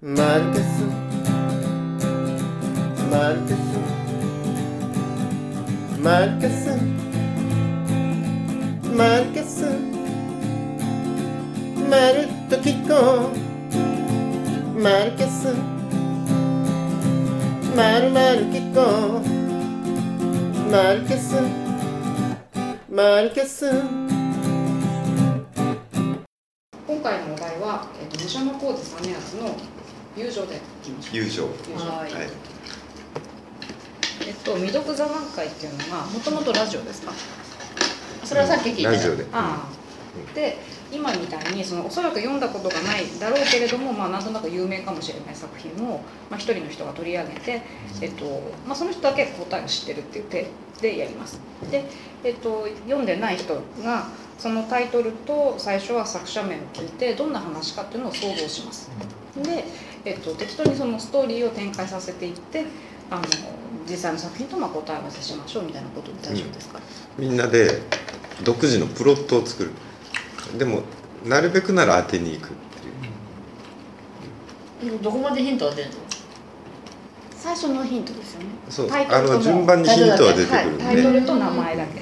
マルケスマルケスマルケスマルケスまるっと聞こうマルケスまるまる聞こうマルケスマルケス今回のお題は、えっと、西山浩二実篤の友情でいきましょう友友情情はい、えっと、未読座談会っていうのがもともとラジオですかそれはさっき聞いてラジオでああで今みたいにそのおそらく読んだことがないだろうけれども、まあ、なんとなく有名かもしれない作品を、まあ、一人の人が取り上げて、えっとまあ、その人だけ答えを知ってるっていう手でやりますで、えっと、読んでない人がそのタイトルと最初は作者名を聞いてどんな話かっていうのを想像しますで、えっと、適当にそのストーリーを展開させていってあの実際の作品とまあ答え合わせしましょうみたいなことで大丈夫ですか、みんなで独自のプロットを作るでもなるべくなら当てに行くっていうどこまでヒントは出るの最初のヒントですよねそうタイトあルともの順番にヒントは出てくるんで、タイトルと名前だけ、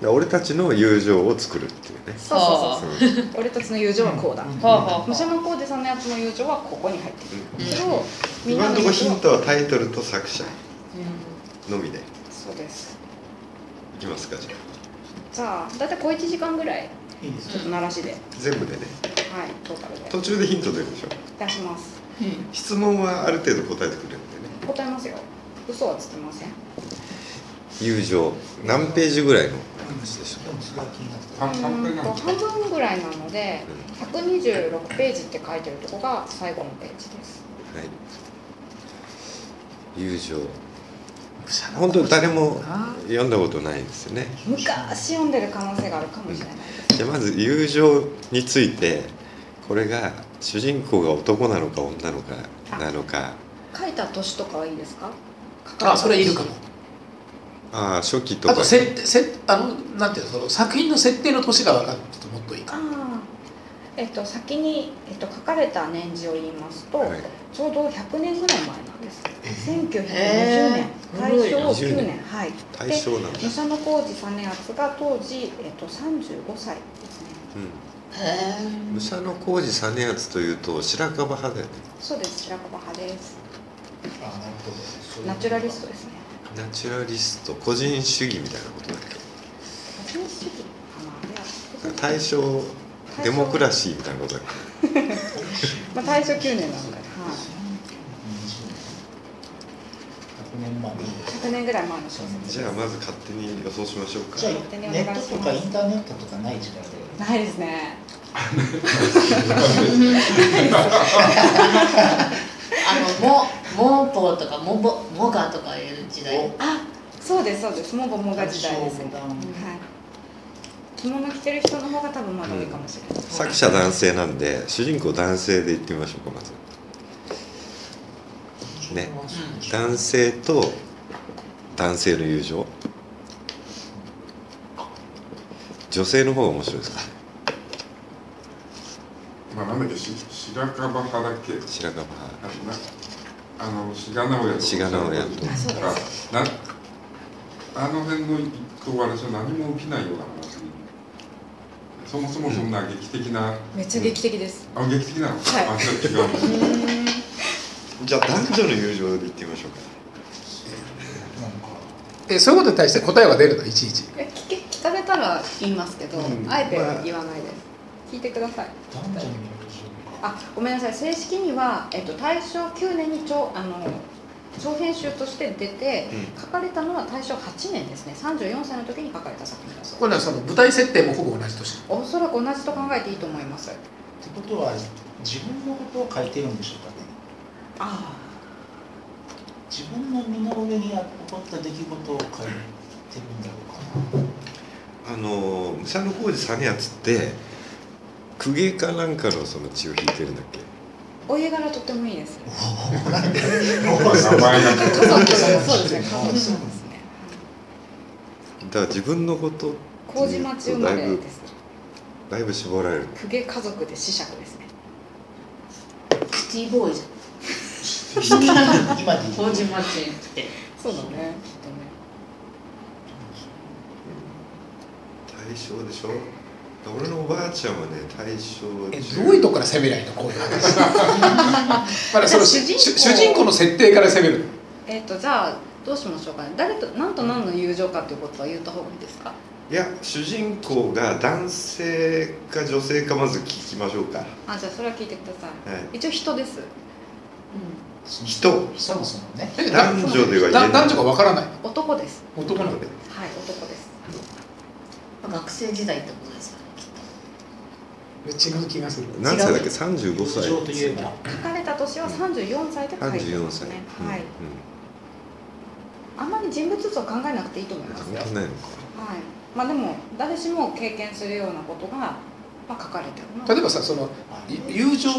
で俺たちの友情を作るっていうねそうそうそうそ俺たちの友情はこうだ、はあはあ虫山浩二さんのやつの友情はここに入ってる、うんそれをうみん今なののと友ころ情ヒントはタイトルと作者のみでそうですいきますかじゃあじゃあ大体小1時間ぐらいいいですちょっと鳴らしで、全部でねはいトータルで途中でヒント出るでしょ出します質問はある程度答えてくれるんでね答えますよ嘘はつきません友情何ページぐらいの話でしょう半う半分ーんなとの半分ぐらいなので126ページって書いてるとこが最後のページですはい友情本当に誰も読んだことないんですよね昔読んでる可能性があるかもしれないですじゃあまず友情についてこれが主人公が男なのか女なのかなのか書いた年とかはいいですかあそれいるかもああ初期とあかと設定設あのなんていうのその作品の設定の年が分かるともっといいかあーえっと先に、えっと、書かれた年次を言いますと、はいちょうど100年ぐらい前なんです、1920年、えー大正古い9な年はい対象なんだ武者の浩二実篤が当時、えっと、35歳ですねうへん武者の浩二実篤というと白樺派だよねそうです白樺派ですあなるほどそういうナチュラリストですねナチュラリスト個人主義みたいなことだっ個人主義かないやけ対象デモクラシーみたいなことだっけまあ、大正9年なので、はい、 100年前に100年ぐらい前の小説じゃあまず勝手に予想しましょうかじゃ手にあおネ願いしッますトとかインターネットとかない時代でないですねあのモモーポーとかモボモガとかいう時代あそうですそうですもごもが時代ですね、大正は五段い、着物着てる人の方が多分まだ多いかもしれない、作者男性なんで主人公男性でいってみましょうかまずね男性と男性の友情女性の方が面白いですかまあなんだっけし白樺派だっけ白樺あのなあの志賀直哉と志賀直哉とあそうであなあの辺の一党は私は何も起きないような話そもそもそんな劇的な、めっちゃ劇的です、あ劇的なの、はいあそれ違うのじゃあ男女の友情でいってみましょうかえそういうことに対して答えは出るのいちいちいや聞け聞かれたら言いますけど、うんあえて言わないです、聞いてください男女の友あごめんなさい正式には、えっと、大正9年に長あの長編集として出て、う書かれたのは大正8年ですね34歳の時に書かれた作品だそうこれはその舞台設定もほぼ同じ年おそらく同じと考えていいと思います情ってことは自分のことを書いてるんでしょうかねあ自分の身の上に起こった出来事を書いてる んだろうかあの武者の浩二実篤って公家かなんかのその血を引いてるんだっけあお家柄とってもいいですな名前が家族そうですね家族ですねだから自分のことっていうと麹町生まれですだいぶ絞られる公家家族で子爵ですねティボーイじゃん 今でいい麹町ってそうだねきっとね大正でしょ俺のおばあちゃんはね大正え中どういうとこから攻めりゃいいのこういう 話まだその主主人人公主人公の設定から攻めるえっ、とじゃあどうしましょうかね誰と何と何の友情かっていうことは言った方がいいですかいや主人公が男性か女性かまず聞きましょうか、はあじゃあそれは聞いてくださいい、一応人です人そもそもねえ男女では言えなだい男女がわからない男です男なのではい男ですうん学生時代ってことですよねきっ違う気がする何歳だっけ35歳友情といえば書かれた年は34歳で書いて34ます歳、ね、うんはい、あんまり人物図は考えなくていいと思いますうん、よ関係ないのかはい、まあでも誰しも経験するようなことが、まあ、書かれてる例えばさその友情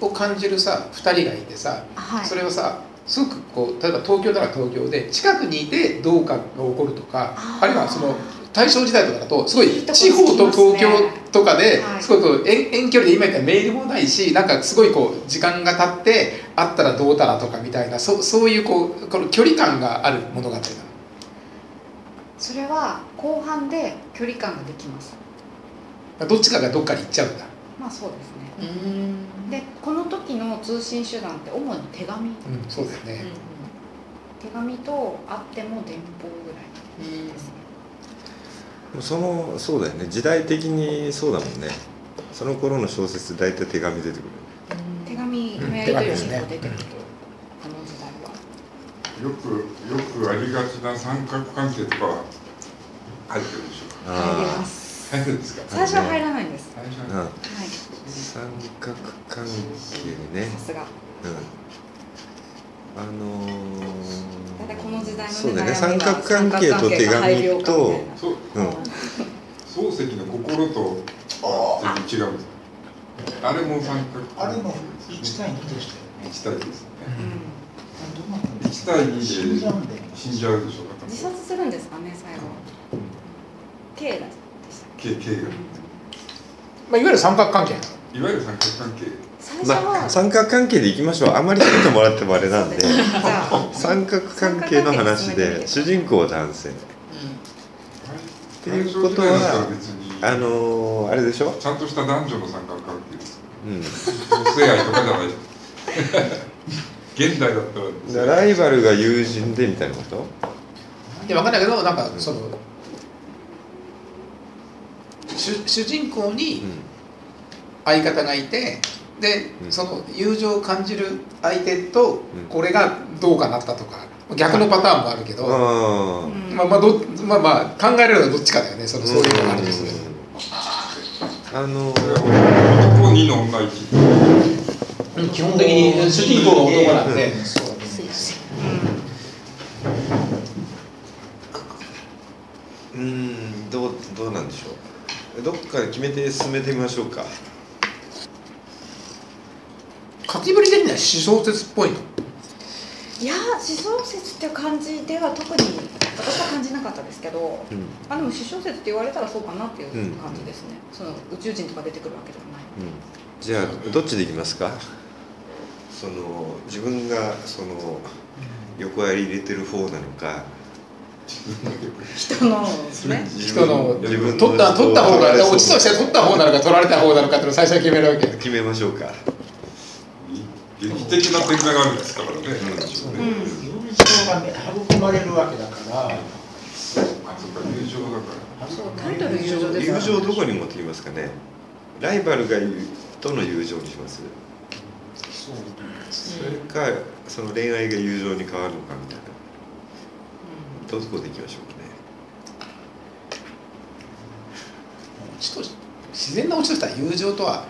を感じるさ2人がいてさはいそれをさすごくこう例えば東京なら東京で近くにいてどうかが起こるとかあーあるいはその大正時代とかだとすごいいいとこ地方とつ東きま京すねとかではいすごいこう遠遠距離で今言ったらメールもないしなんかすごいこう時間が経って会ったらどうたらとかみたいなそそういうこうこの距離感がある物語だそれは後半で距離感ができますどっちかがどっかに行っちゃうんだ、まあそうですねとうんでこの時の通信手段って主に手紙うん、そうだよね、手紙とあっても電報ぐらうんうんいですねでもそのそうだよね時代的にそうだもんねその頃の小説大体手紙出てくる手紙うんのやり取りが結構手紙出ですてねくるこの時代はよくよくありがちな三角関係とかは入ってるでしょう入りまあすか入るんですか最初は入らないんです最初あはうんはい三角関係ねさすがうんあの大体ー、この時代のねそうだよ悩ねみ三が角関係と手三角関係紙が配慮かみたといなそううん漱石の心とは全然違うんですあれも三角あれ関係もです1ね対2でしたよ1ね対2ですねうどうなったんだ1対2で死んじゃうんだよ死んじゃうでしょうん自殺するんですかね最後 K だでしたっけ経経がまあ、いわゆる三角関係いわゆる三角関係最初まはあ三角関係でいきましょうあんまりヒントもらってもあれな んでじゃ あ三角関係の話で主人公は男性ていうことは大正時代だったら別にあのー、あれでしょ、ちゃんとした男女の三角関係ですうん、女性愛とかじゃない現代だったらですじゃねあライバルが友人でみたいなこといや分かんないけどなんかその、主主人公に、う相方がいてで、うんその友情を感じる相手とうんこれがどうかなったとか逆のパターンもあるけんど、あーまあまあどまあまあ考えられるのはどっちかだよねそのそういうのがあるんですねうんあのこれは男2の女1うん基本的に主人公が男なんで、そうだねすいませんうんどうどうなんでしょうどっかで決めて進めてみましょうか書きぶり的には私小説っぽいのいやー私小説っていう感じでは特に私は感じなかったですけどうんあでも私小説って言われたらそうかなっていう感じですね、その宇宙人とか出てくるわけではないうんじゃあどっちでいきますかその自分がその横やり入れてる方なのか人のですね人の自分取った取った方取らがれそう落ちとしては取った方なのか取られた方なのかっていうのを最初に決めるわけ決めましょうか劇的な展開があるんですからね、そううん友情がね育まれるわけだからあそっか友情だからそうタイトル友情です友から情をどこに持ってきますかねライバルがいるとの友情にしますそうそれかその恋愛が友情に変わるのかみたいなどこでいきましょうかね落ちとし自然な落ちとしては友情とは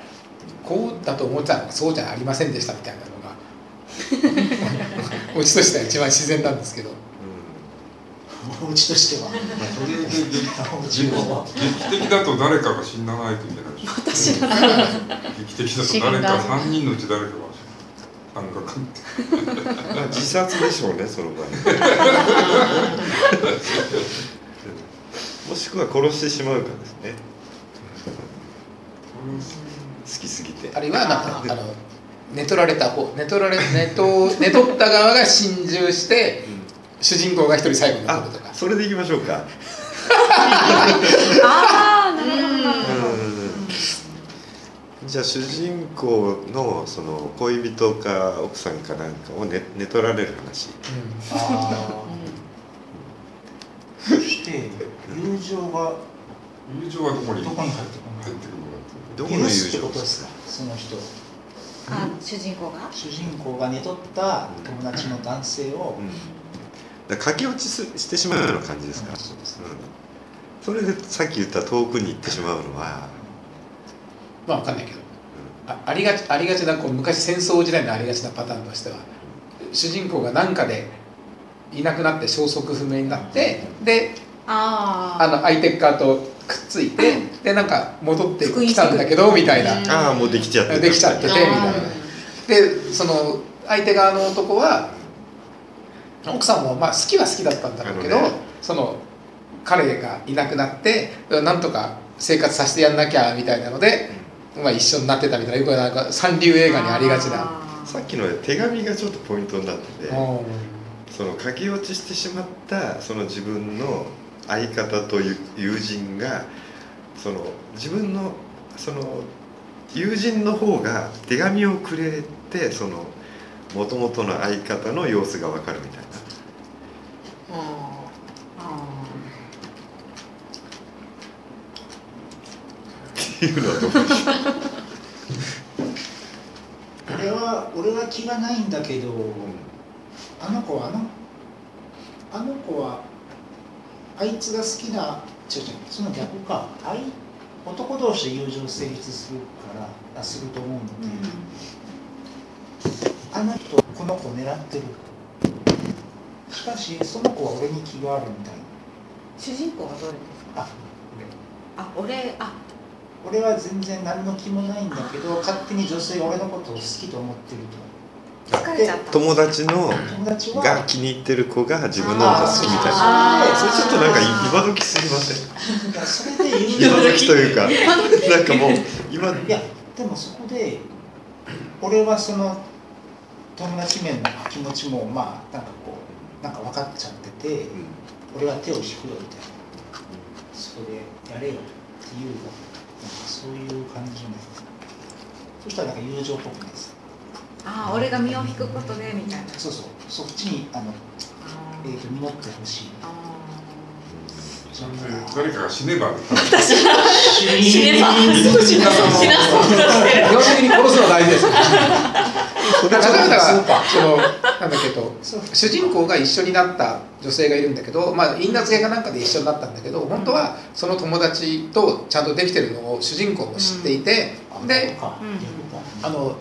こうだと思ってたのがそうじゃありませんでしたみたいなのが落ちとしては一番自然なんですけどうちとしてはそれで劇自分は劇的だと誰かが死なないといけないでし私ょは劇的だと誰か3人のうち誰かが三角関係うん まあ自殺でしょうねその場合もしくは殺してしまうかですね好きすぎてあるいはなんかあの寝取られた方寝取られ寝と寝取った側が心中して主人公が一人最後に残あるとかそれでいきましょうかああなるほどなるほどじゃあ主人公のその恋人か奥さんかなんかを寝寝取られる話あーそして友情が友情はどこにどこに入ってこな入ってくるいのかってどこの許友すって情ことですかその人あ主人公が主人公が寝取った友達の男性をうんだから駆け落ちすしてしまうような感じですか、ううんんそうですそれでさっき言った遠くに行ってしまうのは、まあ分かんないけどあありがちありがちなこう昔戦争時代のありがちなパターンとしては主人公が何かでいなくなって消息不明になってでああの相手側とくっついてでなんか戻って復員きしてくたんだけどみたいなうんああもうできちゃってたできちゃっててみたいなあでその相手側の男は奥さんもまあ好きは好きだったんだろうけど、あのねその彼がいなくなってなんとか生活させてやんなきゃみたいなので、まあ、一緒になってたみたいなよくなんか三流映画にありがちな。あーさっきの手紙がちょっとポイントになってて、うんその駆け落ちしてしまったその自分の相方という友人がその自分のその友人の方が手紙をくれてその元々の相方の様子がわかるみたいなあっていうのはどうでしょう俺は俺は気がないんだけどあの子はあのあの子はあいつが好きな違う違うその逆かあい男同士で友情成立するからあすると思うんだけど、あの人この子を狙ってるしかしその子は俺に気があるみたいー主人公はどれですかなああ俺あ俺は全然何の気もないんだけど勝手に女性が俺のことを好きと思ってる疲れちゃった友達のと友達はが気に入ってる子が自分のこと好きみたいなあーそれちょっとなんか今時すぎませんいやそれで友情今時というかなんかもう今いやでもそこで俺はその友達面の気持ちもまあなんかこうなんか分かっちゃってて俺は手を引くよみたいなそこでやれよっていうなんかそういう感じじゃないですかそしたらなんか友情っぽくないですあー俺が身を引くことでみたいなそうそうそっちにあの、あえーー、と実ってほしいあちゃんと誰かが死ねば 死ねばそうしな死なそうとしてる基本的に殺すのは大事ですよそだからだそうかからそのなんだっけとそう主人公が一緒になった女性がいるんだけど、まあ、因果付けかなんかで一緒になったんだけど本当はその友達とちゃんとできてるのを主人公も知っていて、あでそうかうんあの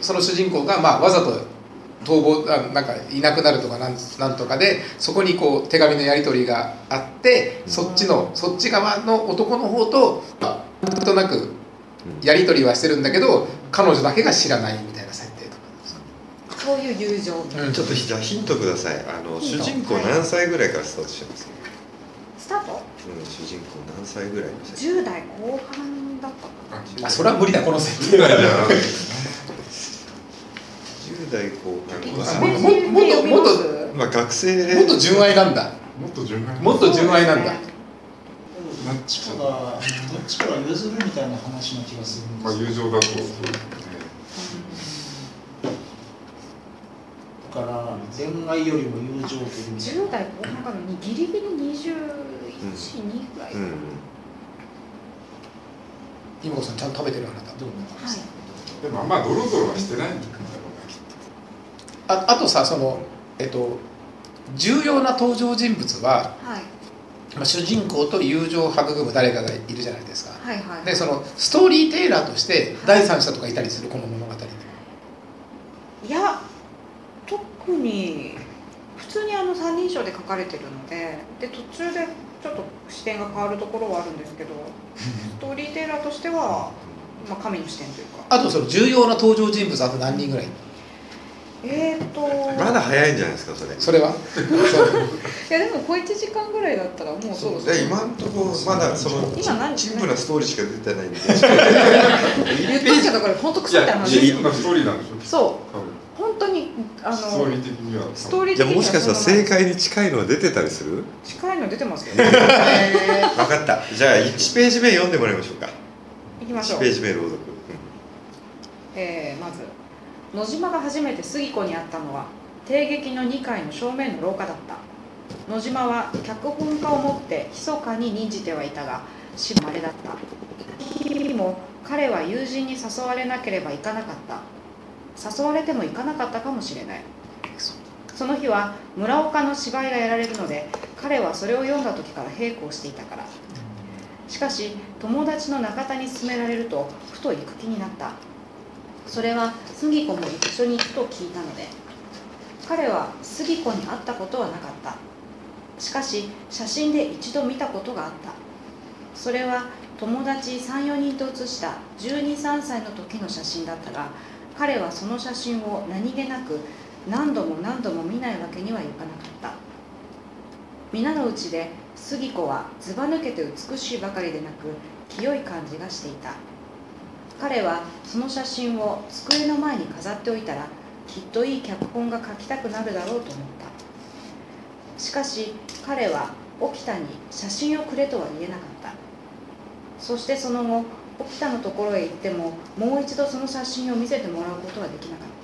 その主人公が、まあ、わざと逃亡あなんかいなくなるとかなんなんとかでそこにこう手紙のやり取りがあってそっちのそっち側の男の方とまあなんとなくやり取りはしてるんだけど彼女だけが知らないみたいな設定とかーそういう友情みたいなちょっとじゃあヒントくださいあのヒ主ント人公何歳ぐらいからスタートしてますか、スタートうん、主人公何歳ぐらいの設定10代後半だったかなあそれは無理だこの設定10は。代じゃなくて10代後半 もは、ももっともっとまあ、学生もっと純愛なんだもっと順番にもっと純愛なんだ、どっちかがどっちかが譲るみたいな話な気がするんでまあすよ友情だとそうねだから恋愛よりも友情という10代後半からにギリギリ212ぐらいかうな、ん今子さんちゃんと食べてるあなたどう思いますか、でもあんまドロドロはしてないんだろああとさそのえっと重要な登場人物ははいまあ主人公と友情を育む誰かがいるじゃないですかはいはいはいでそのストーリーテイラーとして第三者とかいたりするこの物語にいや特に普通にあの三人称で書かれてるのでで途中でちょっと視点が変わるところはあるんですけどストーリーテイラーとしては、まあ、神の視点というかあとその重要な登場人物あと何人ぐらいええーっとまだ早いんじゃないですかそれそれはそういやでも小一時間ぐらいだったらもうそろそろで今んとこまだその今何陳腐なストーリーしか出 てないんで言ったじゃんだから本当クソみたいな話いや、なストーリーなんでしょそう多分本当にあのストーリー的にはストーリーじゃ的あにもはしかしたらそんな正解に近いのは出てたりする近いの出てますけどね 分かったじゃあ1ページ目読んでもらいましょうかいきましょ1うページ目朗読えーまず野島が初めて杉子に会ったのは帝劇の2階の正面の廊下だった野島は脚本家を持って密かに任じてはいたが死まれだった日々も彼は友人に誘われなければ行かなかった誘われても行かなかったかもしれないその日は村岡の芝居がやられるので彼はそれを読んだ時から並行していたからしかし友達の中田に勧められるとふと行く気になったそれは杉子も一緒に行くと聞いたので彼は杉子に会ったことはなかったしかし写真で一度見たことがあったそれは友達34人と写した123歳の時の写真だったが彼はその写真を何気なく何度も何度も見ないわけにはいかなかった皆のうちで杉子はずば抜けて美しいばかりでなく清い感じがしていた彼はその写真を机の前に飾っておいたらきっといい脚本が書きたくなるだろうと思ったしかし彼は沖田に写真をくれとは言えなかったそしてその後沖田のところへ行ってももう一度その写真を見せてもらうことはできなかった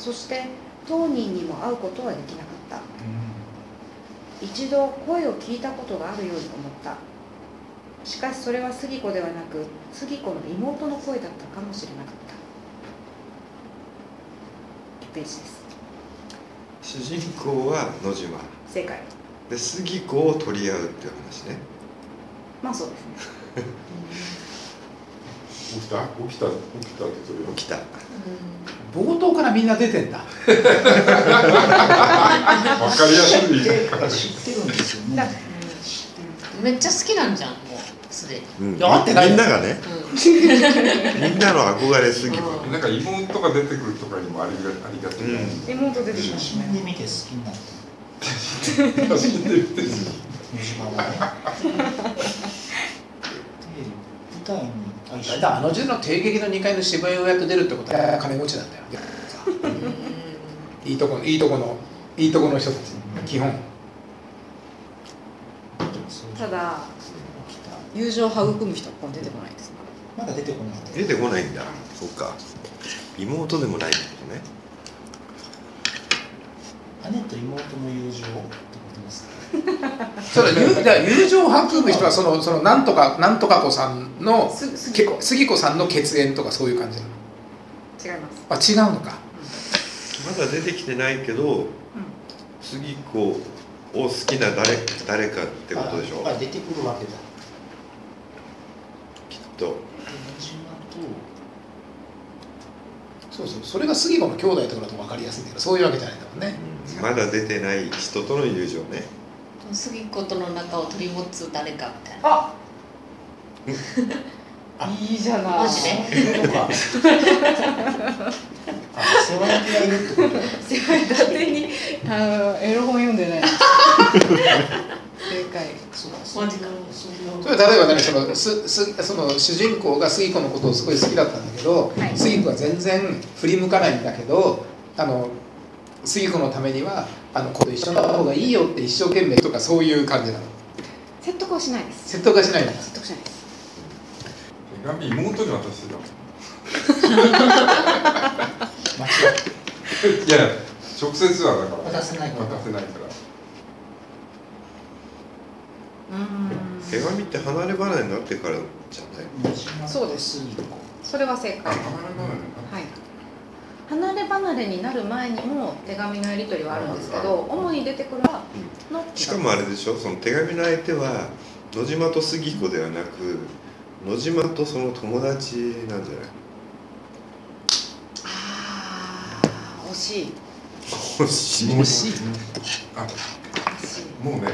そして当人にも会うことはできなかった一度声を聞いたことがあるように思ったしかしそれは杉子ではなく杉子の妹の声だったかもしれなかった1ページです主人公は野島正解で杉子を取り合うっていう話ねまあそうですね起きた起きた起きたってそれは起きた冒頭からみんな出てんだわかりやすいで知ってるんですよだねってめっちゃ好きなんじゃんもうすでに、うんみんいや合ってないよながねうみんなの憧れ杉子うんなんか妹が出てくるとかにもありがありがちな 妹出てきま写した真でね見て好きになった写真で見てる野島はねで舞台に対してだあの時代の帝劇の2階の芝居をやって出るってことは金持ちなんだよいいとこのいいとこのいいとこの人たち基本ただ起きた友情を育む人はここに出てこないですねまだ出てこない出てこないんだそっか妹でもないってことね姉と妹の友情ってことですかそれ友だから友情を育む人はそのそのなんとかなんとか子さんのす杉け子違い杉子さんの血縁とかそういう感じなのますあ違うのかまだ出てきてないけど杉子を好きな誰誰かってことでしょあ出てくるわけだきっと野島とそうそうそれが杉子の兄弟とかだと分かりやすいんだけどそういうわけじゃないんだもんねうんまだ出てない人との友情ねん杉子との中を取り持つ誰かみたいなあ いいじゃないマジでとかあ世話焼きがいるってこと正解伊達にあのエロ本読んでない正解そうかマジかそれをそれは例えば何そのすすその主人公が杉子のことをすごい好きだったんだけど、はい杉子は全然振り向かないんだけどあの杉子のためにはあの子と一緒の方がいいよって一生懸命とかそういう感じなの説得はしないです説得がしないんだ説得しないです手紙 妹に渡してた間違いや直接はだから渡せないから渡せないからうーん手紙って離れ離れになってからじゃないえ野島とそうです杉子それは正解あはい離れ離れね離れ離れになる前にも手紙のやり取りはあるんですけど主に出てくるのはのしかもあれでしょその手紙の相手は野島と杉子ではなく野島とその友達なんじゃないあー惜しい欲しいもしあ惜しいもうね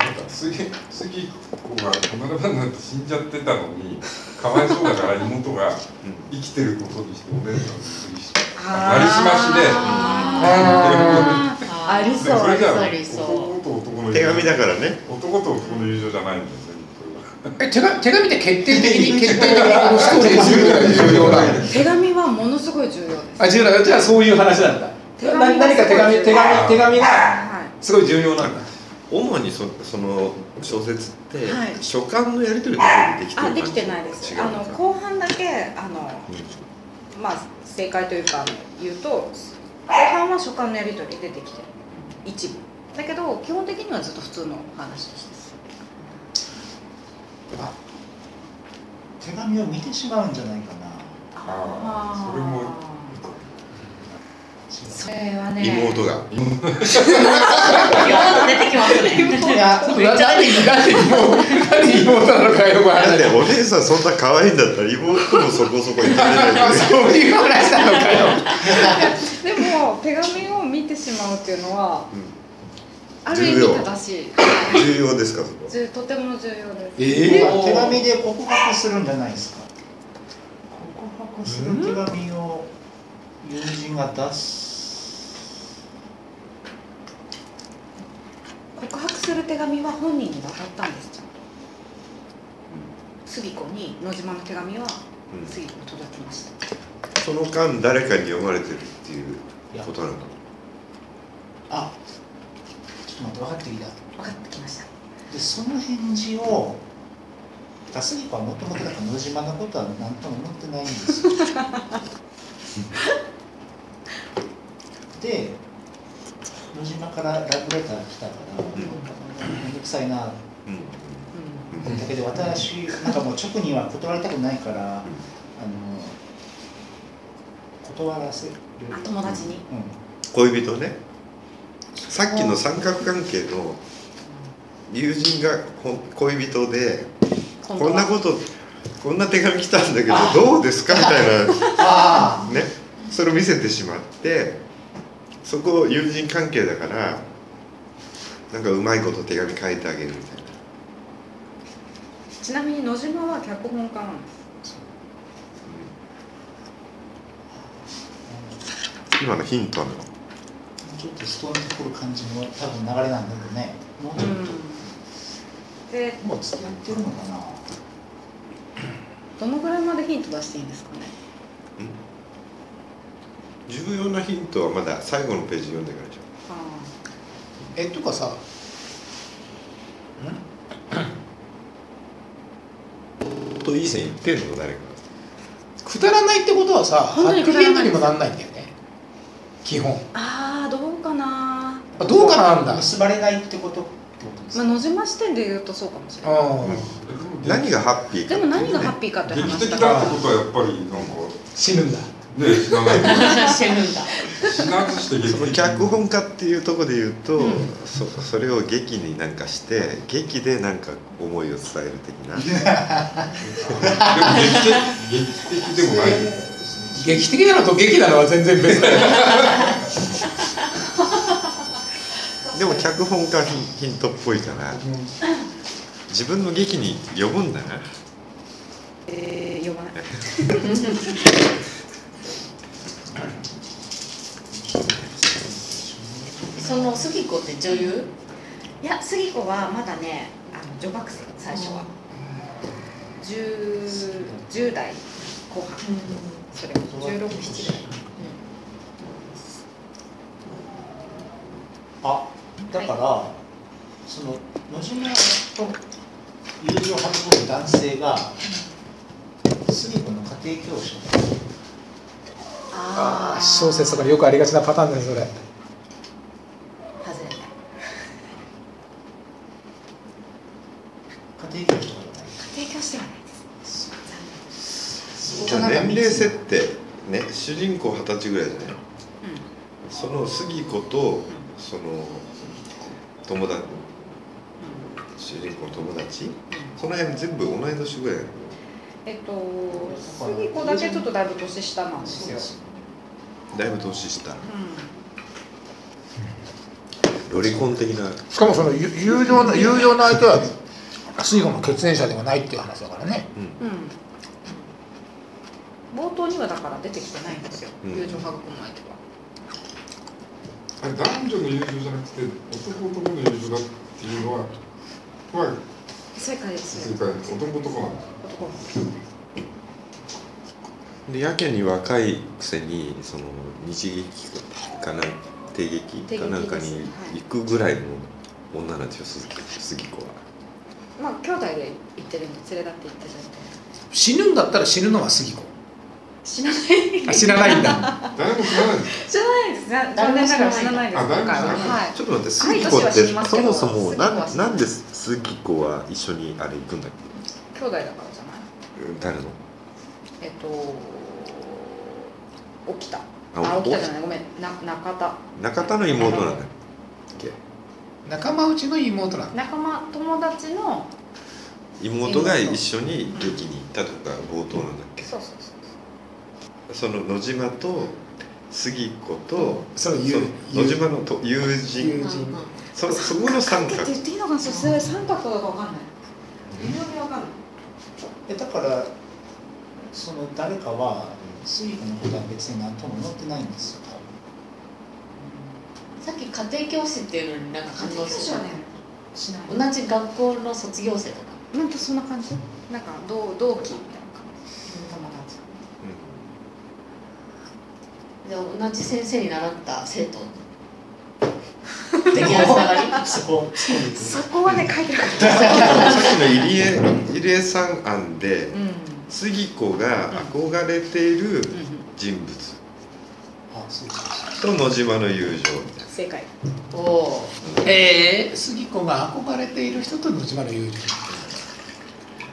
あなんか杉杉子が離れ離れて死んじゃってたのにかわいそうだから妹が生きてることにしてお姉さんにするしなりすましであーありそうでもそれじゃありそう男と男の友 情手紙だからね男と男の友情じゃないんですよえ手紙手紙って決定的に決定的にこのストーリーにするぐらい重 要な手紙はものすごい重要ですあ重要なじゃあそういう話なんだ手な紙が何か手紙手紙手紙がはいすごい重要なんだ主にそその小説って、はい書簡のやり取りだけでできてるあできてないですあの後半だけあのまあ正解というかあの言うと後半は書簡のやり取りでできてる一部だけど基本的にはずっと普通の話です手紙を見てしまうんじゃないか なあーそれもそれはね妹がや出てきますねいやなんでなんでなんで妹なのかよくわかだっんてないお姉さんそんな可愛いんだったら妹もそこそこいけない よねそういう話なのかよでも手紙を見てしまうっていうのは、うんある意味正しい重要ですかそこずとても重要ですえまあ手紙で告白するんじゃないですか告白する手紙を友人が出す告白する手紙は本人に渡ったんですちゃんと杉子に野島の手紙はうん杉子に届きましたその間誰かに読まれてるっていうことなのあちょっと待って分かってきた分かってきましたでその返事を出すぎはもともとだから野島のことは何とも思ってないんです よで野島からラブレター来たから面倒くさいなうんうだけど私なんかもう直には断りたくないからあの断らせる、んあ友達にう恋人ねさっきの三角関係の友人がこ恋人で今度こんはなことこんな手紙来たんだけどどうですかみたいな。ん、あね、それを見せてしまってそこを友人関係だからなんかうまいこと手紙書いてあげるみたいなちなみに野島は脚本家なんです今のヒントなのちょっとストーンとくる感じも多分流れなんだけどねもうちょっと、でもう付き合ってるのかなどのぐらいまでヒント出していいんですかね重要なヒントはまだ最後のページ読んでからでしょえとかさといい線いってんの誰かくだらないってことはさ本ハ当ッにくピーだらエンドないにもなんないんだよね基本あーどうかなあどうかななんだ結ばれないってことってことですまあか、野島視点で言うとそうかもしれないうん何がハッピーかでも何がハッピーかって劇話的だだってかことらはやっぱりなんか死ぬんだね死なない死ぬんだ死なずして劇その的脚本家っていうところで言うと、そそれを劇になんかして劇でなんか思いを伝える的なでも劇的劇的でも ない劇的なのと劇なのは全然別だよでも脚本家ヒンヒントっぽいから自分の劇に呼ぶんだなえー読まないその杉子って女優いや杉子はまだねあの女学生最初は 10, 10代後半それも1617代あだから、その野島と友情を育む男性が杉子の家庭教師だったあー小説とかでよくありがちなパターンだよそれ外れた家庭教師とかじゃない提供してはないですじゃあ年齢設定ね主人公二十歳ぐらいじゃない、その杉子とその友達主人公の友達その辺全部同い年ぐらいえっと杉子だけちょっとだいぶ年下なんですよだいぶ年下うロリコン的なしかもそのゆ友情な友情の相手は水ゴの血縁者ではないっていう話だからねんうん冒頭にはだから出てきてないんですよ、うん友情育む相手は。あれ男女の友情じゃなくて男男の友情だっていうのはは正解です正ね。解です男男 なんです男の子でやけに若いくせにその日劇かな帝劇かなんかに行くぐらいの女なんですよ鈴木杉子はまあ兄弟で行ってるんで連れ立って行ってるんで死ぬんだったら死ぬのは杉子死なないあ知らないんだ誰も知らないんです知らないですね残念ながら死なないですあ今誰も回知はらないはいちょっとは待ってい杉子っ私は知てりますそけもどそも杉子はな知ってますなんで杉子は一緒にあれ行くんだっけ兄弟だからじゃない誰のえっと起きたああ起きたじゃないごめんな中田中田の妹なんだ 仲間内の妹なんだ仲間友達の妹が一緒に劇に行ったとか冒頭なんだっけそうそうそうその野島と杉子とそのそ友の野島のと友人うん友うん人そそこの三だって角言っていいのかなそれ三角かどうかわかんない微妙にわかんないえだからその誰かは水分のことは別に何とも思ってないんですよ多分さっき家庭教師っていうのになんか感動してはたねしない同じ学校の卒業生とかなんとそんな感じなんか同同期みたいな感じ友達で同じ先生に習った生徒的なつながりそこそうですそこはね書いてなかっさっきの入江入江さん案でたうんうん杉子が憧れている人物あそうそうと野島の友情正解おおえー、杉子が憧れている人と野島の友人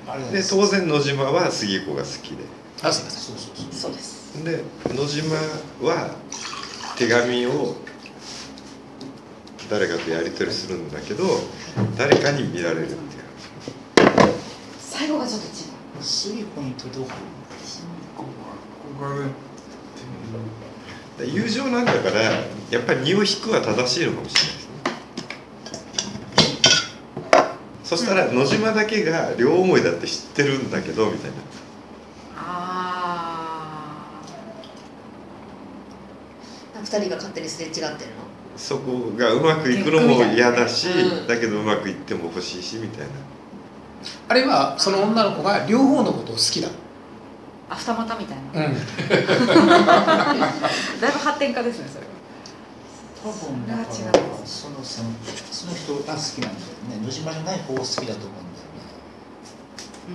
あれなんでです当然野島は杉子が好きあすいませんそうそうそうそうですでで野島は手紙を誰かとやり取りするんだけど誰かに見られるっていう最後がちょっと違う水分とどこ憧れでて友情なんだからやっぱり身を引くは正しいのかもしれないですねそしたら野島だけが両思いだって知ってるんだけどみたいなあ2人が勝手にすれ違ってるのそこがうまくいくのも嫌だし、うんだけどうまくいっても欲しいしみたいなあれはその女の子が両方のことを好きだ、あアフタマタみたいな、うだいん、ぶ発展家ですねそれは多分だかそれは違うらそのそのその人が好きなんだよね野島じゃない方が好きだと思うんだよねう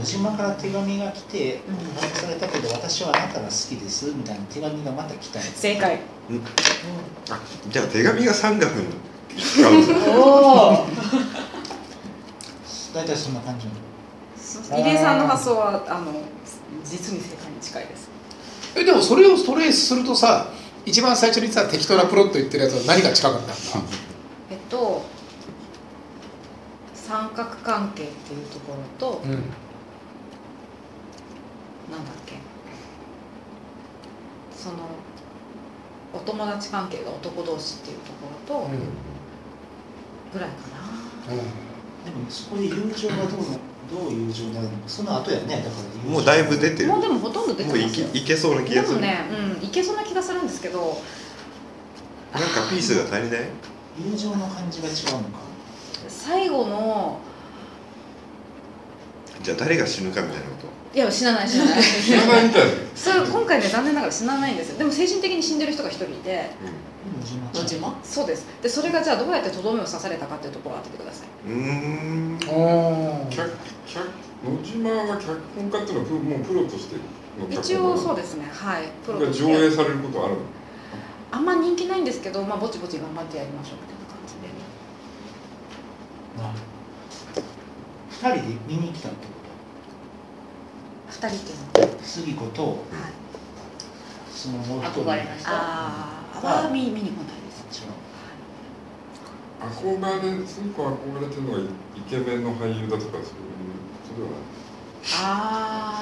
野島から手紙が来てうん「告白されたけど私はあなたが好きです」みたいな手紙がまた来たんん正解あじゃあ手紙が三角に使 うんだおお 大体そんな感じ入江さんの発想はあの実に正解に近いですえでもそれをトレースするとさ一番最初にさ適当なプロット言ってるやつは何が近かったんだえっと三角関係っていうところと、うんなんだっけそのお友達関係が男同士っていうところとうんぐらいかな、でもそこで友情がどうなどう友情なのかその後やねだから友情もうだいぶ出てるももうでもほとんど出てまういすけよいけそうな気でがすもる、ね、うん、いけそうな気がするんですけどなんかピースが足りない友情の感じが違うのか最後のじゃあ誰が死ぬかみたいなこといや死なない死な ない知らないみたいですそれ今回ね残念ながら死なないんですよでも精神的に死んでる人が一人いて野野島島そうですでそれがじゃあどうやってとどめを刺されたかっていうところを当ててくださいうんうーんお脚ー脚野島は脚本家っていうのはプロもうプロとしての脚一本家応そうでですねはいプロがとし上映てされることはあるのあんま人気ないんですけど、まあ、ぼちぼち頑張ってやりましょうみたいな感じでな2人で見に来たってこ二人っていうのと杉子とはいそのもう一人憧れの人あーあはいは見見に来ないです違う憧れすごく憧れてるのがイケメンの俳優だとかそういうそれはあ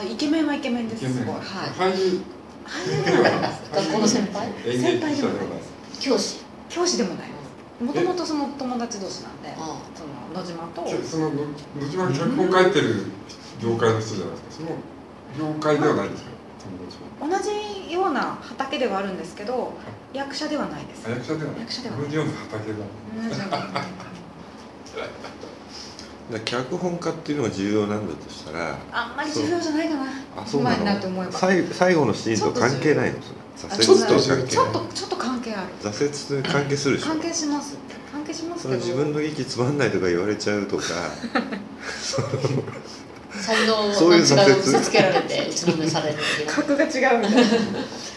あイケメンはイケメンですすごいはい俳優俳優ででもはないない学校の先輩 演先劇輩で者もなではいないです教師教師でもないですもともとその友達同士なんでうその野島とじゃあその野島が脚本書いてる業界の人じゃないですかその業界ではないんですか友達も同じような畑ではあるんですけど役者ではないですあ役者ではない役者では自ない分で読んだ畑だ同じような畑ら脚本家っていうのが重要なんだとしたらあんまり重要じゃないかなあそうな今になって思えのば最最後のシーンと関係ないのそれあ挫折とち関係ちょっなといちょっと関係ある挫折と関係するでしょ関係します関係しますそけどの自分の劇つまんないとか言われちゃうとか才能そうのいう違挫折うを見せつけられて打ちのめされるっていう格が違うみたいな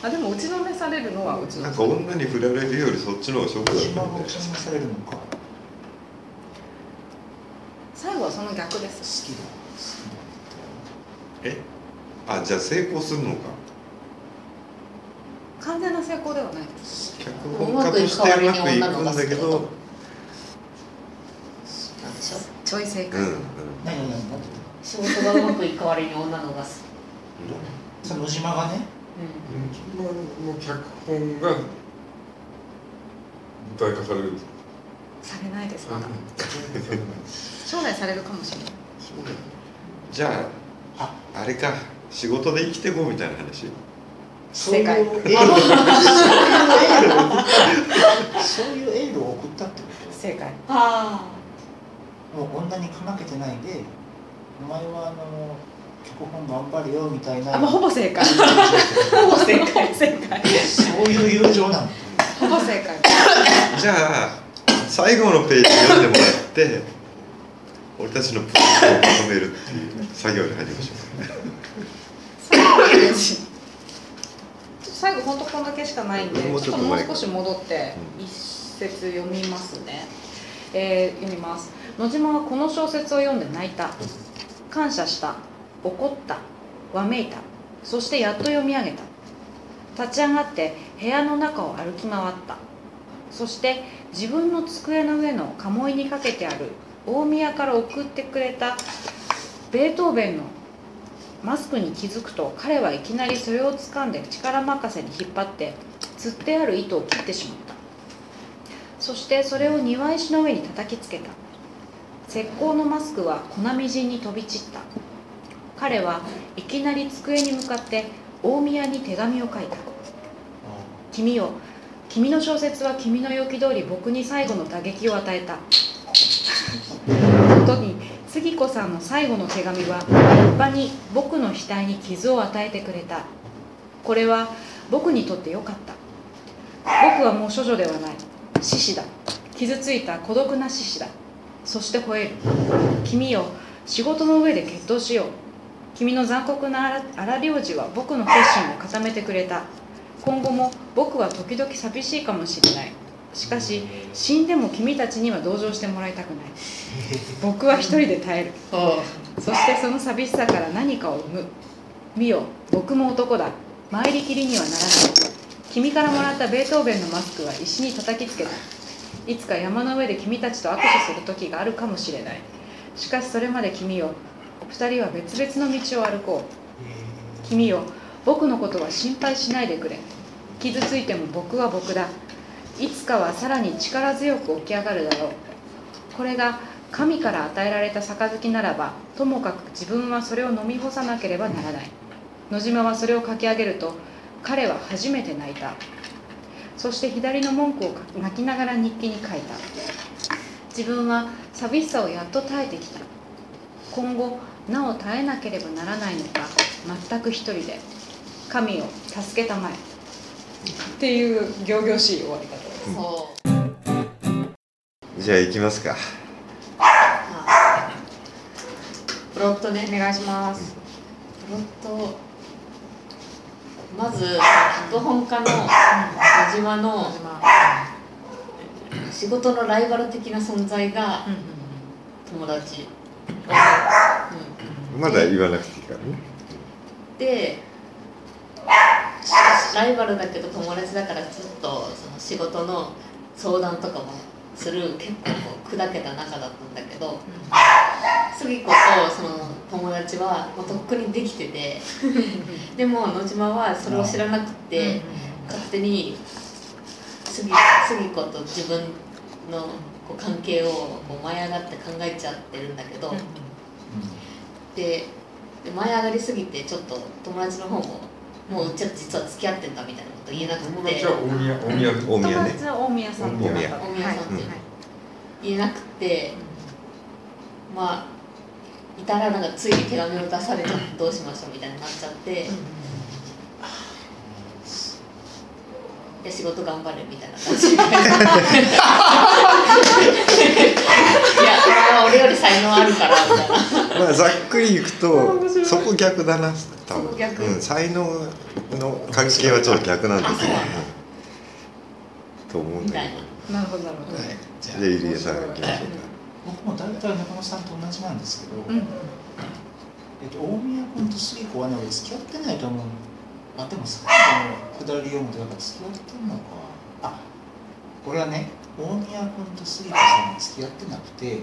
あでも打ちのめされるのは打ちのなんめか女に振られるよりそっちの方がショックだっ一た番ん僕でにされるのか好最後はその逆できすだえあじゃあ成功するのか完全な成功ではないです脚本家としてうまくいくんだけどうまくいく代わりに女の子が好きだとなんでしょうちょい正う解、ん、うん、何何何何仕事がうまくいく代わりに女の子が好き、その野島がねう自分の脚本が舞台化されるんですかされないですまだされない将来されるかもしれないそうだよねじゃああれか仕事で生きてこうみたいな話そういう正エ解ールを送ったそういうエールを送ったってこ正解んあともう女にかまけてないでお前はあの脚本頑張れよみたいなあまあほぼ正解 ほぼ正解正解そういう友情なの ほぼ正解じゃあ最後のページ読んでもらって俺たちのポイントを求めるっていう作業に入りましょう最後のページ最後本当こんだけしかないんで、もうちちょょっっとともう前か少し戻って一節読みますね。えー読みます。野島はこの小説を読んで泣いた、感謝した、怒った、わめいた、そしてやっと読み上げた。立ち上がって部屋の中を歩き回った。そして自分の机の上の鴨居にかけてある大宮から送ってくれたベートーベンのマスクに気づくと彼はいきなりそれを掴んで力任せに引っ張って吊ってある糸を切ってしまったそしてそれを庭石の上に叩きつけた石膏のマスクは粉みじんに飛び散った彼はいきなり机に向かって大宮に手紙を書いた「君よ君の小説は君の欲通り僕に最後の打撃を与えた」ことに杉子さんの最後の手紙は立派に僕の額に傷を与えてくれたこれは僕にとって良かった僕はもう処女ではない獅子だ傷ついた孤独な獅子だそして吠える君よ仕事の上で決闘しよう君の残酷な荒荒領事は僕の決心を固めてくれた今後も僕は時々寂しいかもしれないしかし死んでも君たちには同情してもらいたくない僕は一人で耐えるああそしてその寂しさから何かを生む見よ僕も男だ参りきりにはならない君からもらったベートーベンのマスクは石に叩きつけたいつか山の上で君たちと握手する時があるかもしれないしかしそれまで君よ二人は別々の道を歩こう君よ僕のことは心配しないでくれ傷ついても僕は僕だいつかはさらに力強く起き上がるだろうこれが神から与えられた杯ならばともかく自分はそれを飲み干さなければならない野島はそれを書き上げると彼は初めて泣いたそして左の文句を泣きながら日記に書いた自分は寂しさをやっと耐えてきた今後なお耐えなければならないのか全く一人で神を助けたまえっていう仰々しい終わり方ですそうじゃあ行きますかあプロットねお願いしますプロットまず脚本家の野島の仕事のライバル的な存在が友達、うんまだ言わなくていいからねでライバルだけど友達だからちょっとその仕事の相談とかもする結構こう砕けた仲だったんだけど、杉子とその友達はもうとっくにできててでも野島はそれを知らなくて、勝手に杉杉子と自分のこう関係をこう舞い上がって考えちゃってるんだけど。でで前上がりすぎてちょっと友達の方ももうちょっと実は付き合ってんだみたいなこと言えなく友て達は大宮大宮で大友宮ね達は大宮さん大宮大宮さんっていうはい言えなくてまあ至らながついに手紙を出されてどうしましょうみたいになっちゃってで仕事頑張れみたいな感じで いや俺は俺より才能あるからみたいなまあざっくりいくとそこ逆だな多そこ分逆うん、才能の関係はちょっと逆なんだけど、うん、と思うんみだたけいななるほどなるほど、はいじゃどじゃあ入江さんが行きましょうか僕も大体中野さんと同じなんですけど、うんえっと、大宮君と杉子はね、俺付き合ってないと思う。あ、でもさっきの下り読むと、やっぱ付き合ってんのか。あ、これはね、大宮君と杉子さんは付き合ってなくて、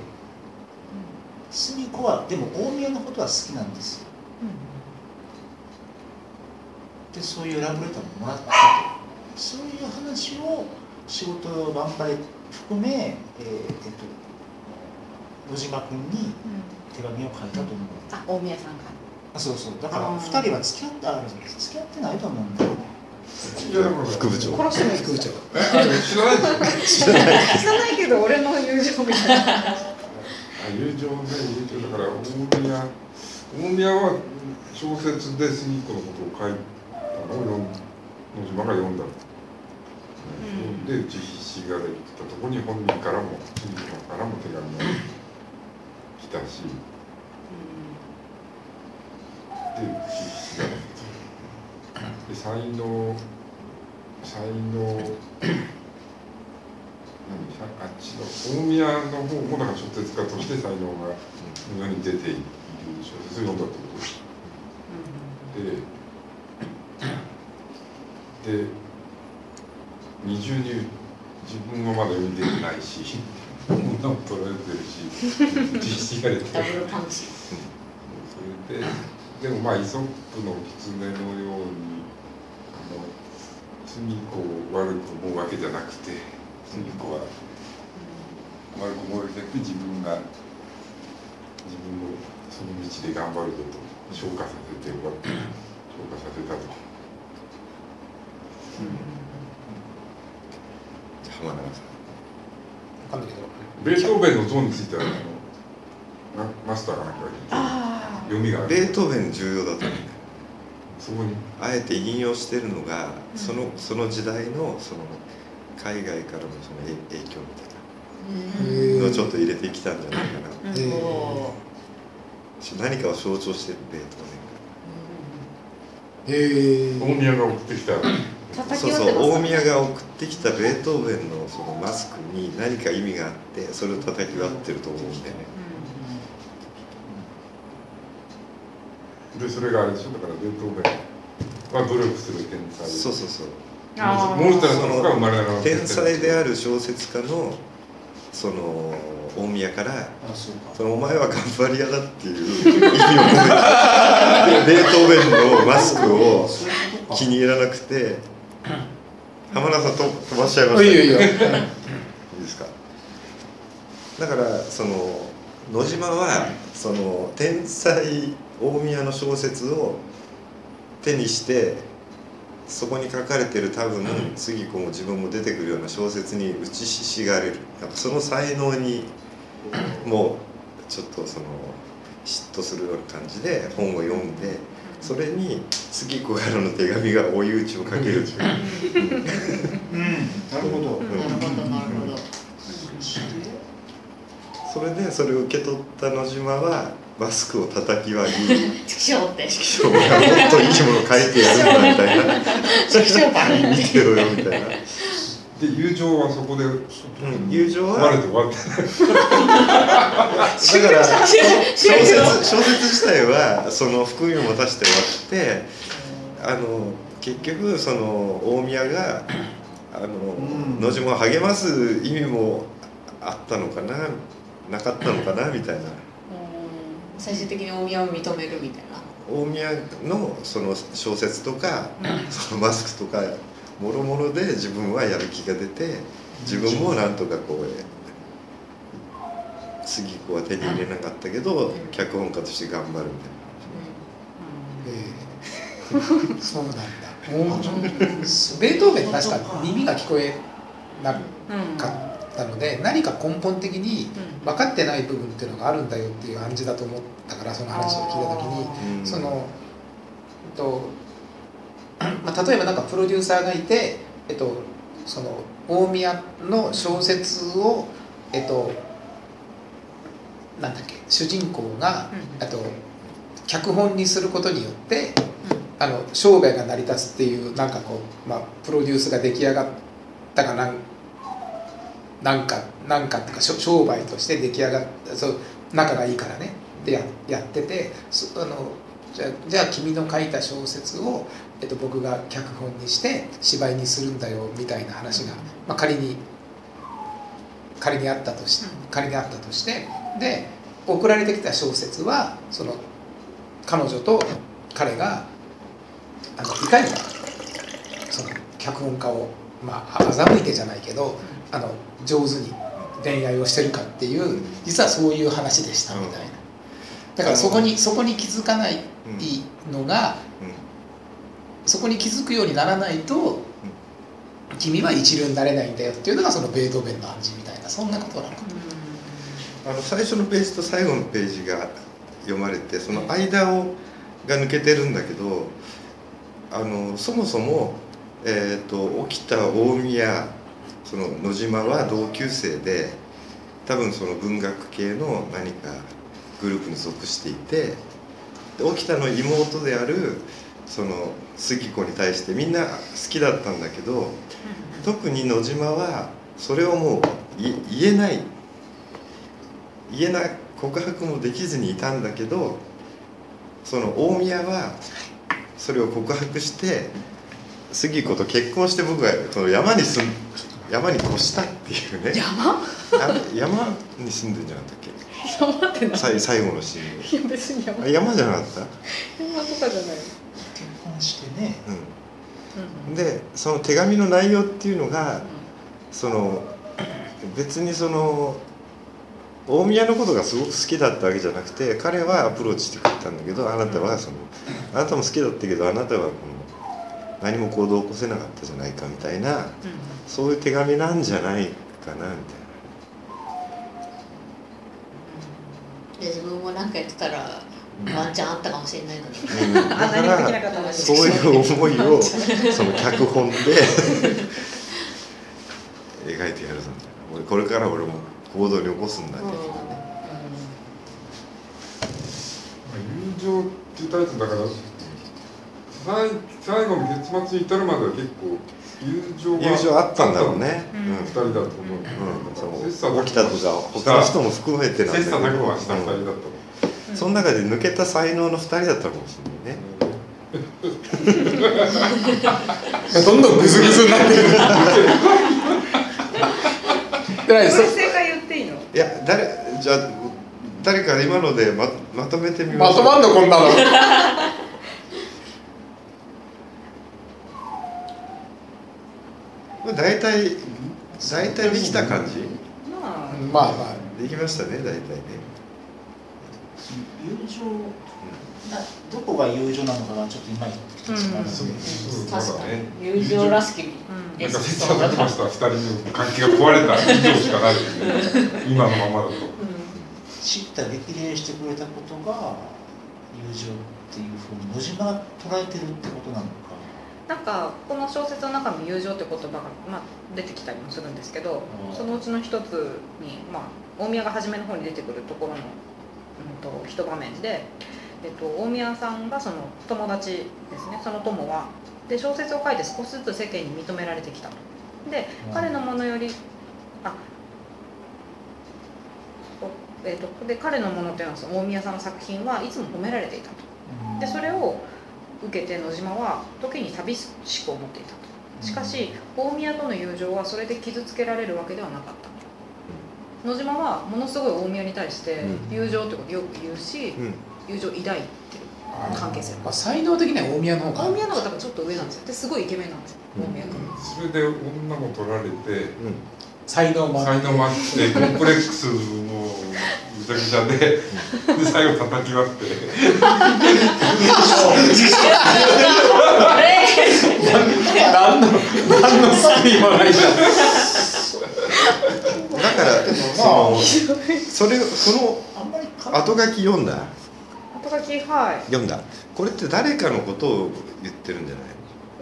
杉子は、でも大宮のことは好きなんですよ。で、そういうラブレターももらったと。そういう話を仕事の頑張り含め、えーえっと、野島君に手紙を書いたと思う。あ大宮さんかあそうそうだからあー2人は付き合った付き合ってないと思うんだよねいやだから副部長ら殺してもいい副部長えあれ知らないですよね知らないけど俺の友情みたいなあ友情ね友情だから大宮大宮は小説で杉子のことを書いたのを読ん野島が読んだ、んで自費詩ができたとこに本人からも杉子からも手紙が来たしで自費詩がで才能才能何さあっちの大宮の方もだから小説家として才能が世に出ている小説を読んだってことですでで二重に自分はまだ読んでないし 物も取られてるし実施がれてるダブルパンチそれででもまあイソップの狐のようにあの罪子を悪く思うわけじゃなくて罪子は悪く思うわけじゃなくて自分が自分をその道で頑張るぞと昇華させて終わった昇華させたと。じゃあ浜永さん分かんないけどベートーベンの像についてはあのなマスターがなんか読みがあベーるトーベン重要だと思うそこにあえて引用してるのがそのその時代のその海外からのその影影響みたへいーなのをちょっと入れてきたんじゃないかなうんえーこ何かを象徴してるベートーへ大え宮が送ってきたベンが叩そうき合そってますう大宮が送ってきたベートーベンのそのマスクに何か意味があってそれを叩き割ってると思うんでねでそれがあれでしょだからベートーベンは努力する天才そうそうそうあーモーツァルトが生まれながら天才であるる小説家のその大宮からあそうかそのお前は頑張り屋だっていう意味を込めてベートーベンのマスクをそういうことか気に入らなくて浜田さんと飛ばしちゃいましたいいねよいいよいいですかだからその野島はその天才大宮の小説を手にしてそこに書かれてる多分杉子も自分も出てくるような小説に打ちひしがれるなんかその才能にもうちょっとその嫉妬するような感じで本を読んでそれに杉子からの手紙が追い打ちをかけるっていううんなるほなるどほどなるほどそれでそれを受け取った野島はマスクを叩き割りチクショーってチ今日はもっといいものを書いてやるんだみたいなクショーバレ 見てろよみたいな、で友情はそこでうん、友情生まはれだてか終わったら小説小説自体はその含みを持たせて終わってあの結局その大宮があの、ん野島を励ます意味もあったのかななかったのかなみたいな。最終的に大宮を認めるみたいな大宮のその小説とか、そのマスクとかもろもろで自分はやる気が出て自分もなんとかこう杉子は手に入れなかったけど脚本家として頑張るみたいなうそうなんだもうベートーベン確か耳が聞こえなうんかったので何か根本的にうん分かってない部分っていうのがあるんだよっていう暗示だと思ったからその話を聞いた時にうんその、えっとまあ、例えばなんかプロデューサーがいて、えっと、その大宮の小説を、えっと、なんだっけ主人公が、うあと脚本にすることによってあの生涯が成り立つっていうなんかこう、まあ、プロデュースが出来上がったかなんなんかなんかっていうかしょ商売として出来上がったそう仲がいいからねでややっててそあのじゃあじゃあ君の書いた小説を、えっと、僕が脚本にして芝居にするんだよみたいな話が、まあ、仮に仮にあったとしうん仮にあったとしてで送られてきた小説はその彼女と彼があのいかにその脚本家を、まあ、欺いてじゃないけどあの上手に恋愛をしてるかっていう実はそういう話でしたみたいなだからそこにそこに気づかないのがうんそこに気づくようにならないと君は一流になれないんだよっていうのがそのベートーベンの暗示みたいなそんなことなのかなあの最初のページと最後のページが読まれてその間をが抜けてるんだけどあのそもそも、えー、と沖田大宮その野島は同級生で多分その文学系の何かグループに属していてで沖田の妹であるその杉子に対してみんな好きだったんだけど特に野島はそれをもう言え言えない言えない告白もできずにいたんだけどその大宮はそれを告白して杉子と結婚して僕がその山に住ん山に越したっていうね山あ山に住んでんじゃなかったっ山ってなけいさい最後のシーンいや別に山あ山じゃなかった、山とかじゃない結婚してねう、うんんでその手紙の内容っていうのがその別にその大宮のことがすごく好きだったわけじゃなくて彼はアプローチしてくれたんだけどあなたはそのあなたも好きだったけどあなたはこの何も行動を起こせなかったじゃないかみたいなそういう手紙なんじゃないかなみで自分も何か言ってたらワンチャンあったかもしれないのにたいな、う ん、あ何もできなかだかったのらにそういう思い をその脚本で 描いてやるぞみたいな俺これから俺も行動に起こすんだみたいなねまあ友情っていうタイトルだから最最後の結末に至るまでは結構友情が友情あったんだろうね、ううんん二人だと思う、うん、切そ磋琢う磨起きたとか他の人も含めてなんだけ切磋ど琢磨はした二人だと思う、うんその中で抜けた才能の2人だったかもしれないねどんどんグズグズになってるでないこそれ正解言っていいのいや誰じゃあ誰か今のでままとめてみまましょうとまんのこ んなのまあ大体大体できた感じまあまあまあできましたね大体ね友情などこが友情なのかがちょっと今言ってきてしまうのそうでそう確かだねに友情らしうきんなんか切磋琢磨した二人の関係が壊れた以上しかないですね今のままだと叱咤激励してくれたことが友情っていうふうに野島が捉えてるってことなのかなんかこの小説の中の友情って言葉が、まあ、出てきたりもするんですけどうんそのうちの一つに、まあ、大宮が初めの方に出てくるところの、うん、と一場面で、えっと、大宮さんがその友達ですねその友はで小説を書いて少しずつ世間に認められてきたとでうん彼のものよりあおえっとで彼のものっていうのはその大宮さんの作品はいつも褒められていたと。でそれを受けて野島は時に寂しく思っていたとしかし大宮との友情はそれで傷つけられるわけではなかった野島はものすごい大宮に対してう友情ってことをよく言うしうん友情抱いてる関係性まあ、才能的には大宮の方が大宮の方が多分ちょっと上なんですよですごいイケメンなんですよ大宮君それで女も取られてうん才能もあ才って能もあってコンプレックスもぐちゃぐちゃでで最後叩き割ってあれ何の何の救いもないじゃんだからでもそまのそれそああんまりかの後書き読んだ後書きはい読んだこれって誰かのことを言ってるんじゃない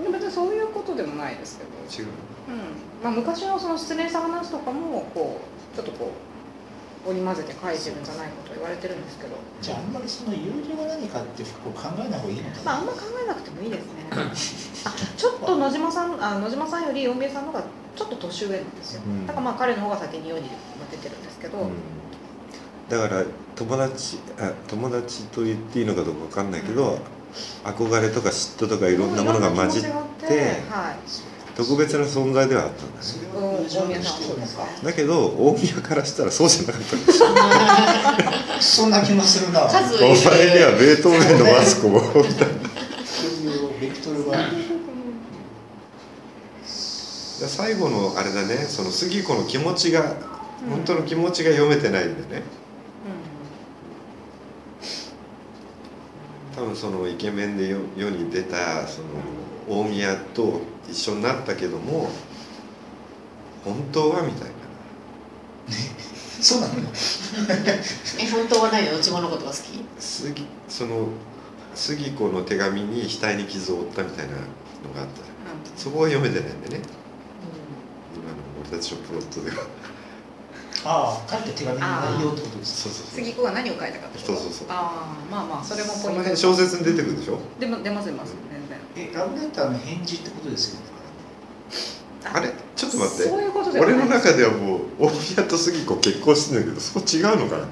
でも別にそういうことでもないですけど、違ううんまあ、昔のその失恋した話とかもこうちょっとこう織り交ぜて書いてるんじゃないかと言われてるんですけど、じゃああんまりその友情が何かっていうこう考えない方がいいのかなまあ、あんま考えなくてもいいですねあちょっと野島さんあ野島さんより四平さんの方がちょっと年上なんですよ、うんだからまあ彼の方が先に世に出てるんですけど、うんだから友達あ友達と言っていいのかどうかわかんないけど、憧れとか嫉妬とかいろんなものが混じっいてろんな気持ちがあってはい特別な存在ではあったんだねそれうんは友情大と宮さんはしてそうですねなんかだけど大宮からしたらそうじゃなかったんですそんな気もするな数いるお前にはベートーベンのマスクをそういうベクトルが最後のあれだねその杉子の気持ちが、うん本当の気持ちが読めてないんでね多分そのイケメンで世世に出たその大宮と一緒になったけども本当はみたいなそうなのよえ本当はないの内間のことが好き杉その杉子の手紙に額に傷を負ったみたいなのがあったじゃんそこは読めてないんでね今の俺たちのプロットではああ書いた手紙の内容ってことですそうそうそう次子が何を書いたかってことそうそうそうああまあまあそれもそポイのント辺小説に出てくるでしょでも出ます出ます全然えラブレターの返事ってことですよねあれちょっと待ってそういうことではな俺いの中ではもう大宮と杉子結婚してんだけどそこ違うのかな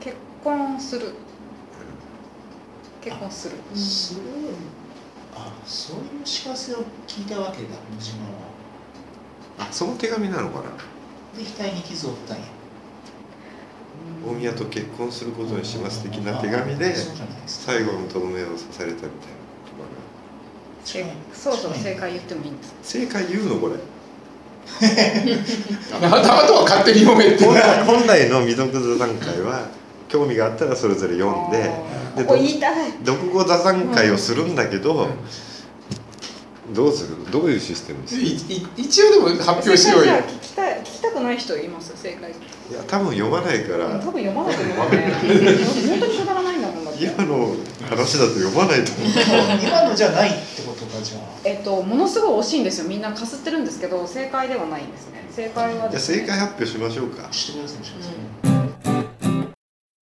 結婚する結婚するすごいあそういう知らせを聞いたわけだ野島はあその手紙なのかなで額に傷を負ったんや大宮と結婚することにします的な手紙でそうじゃないですか最後のとどめを刺されたみたいなことかせそうそう正解言ってもいいんですな正解言うのこれ頭とは勝手に読めって本来 本来の未読座談会は興味があったらそれぞれ読んであーでここ言いたい読後座談会をするんだけど、どうするどういうシステムですいい一応でも発表しようじよゃあ聞きたい聞きたくない人います正解いや多分読まないか多ら分読まないと思うね本当にくだらないんだもんだって今の話だと読まないと 思う今のじゃないってことかじゃあえっとものすごい惜しいんですよみんなかすってるんですけど正解ではないんですね正解はじゃあですね正解発表しましょうかしてください、ね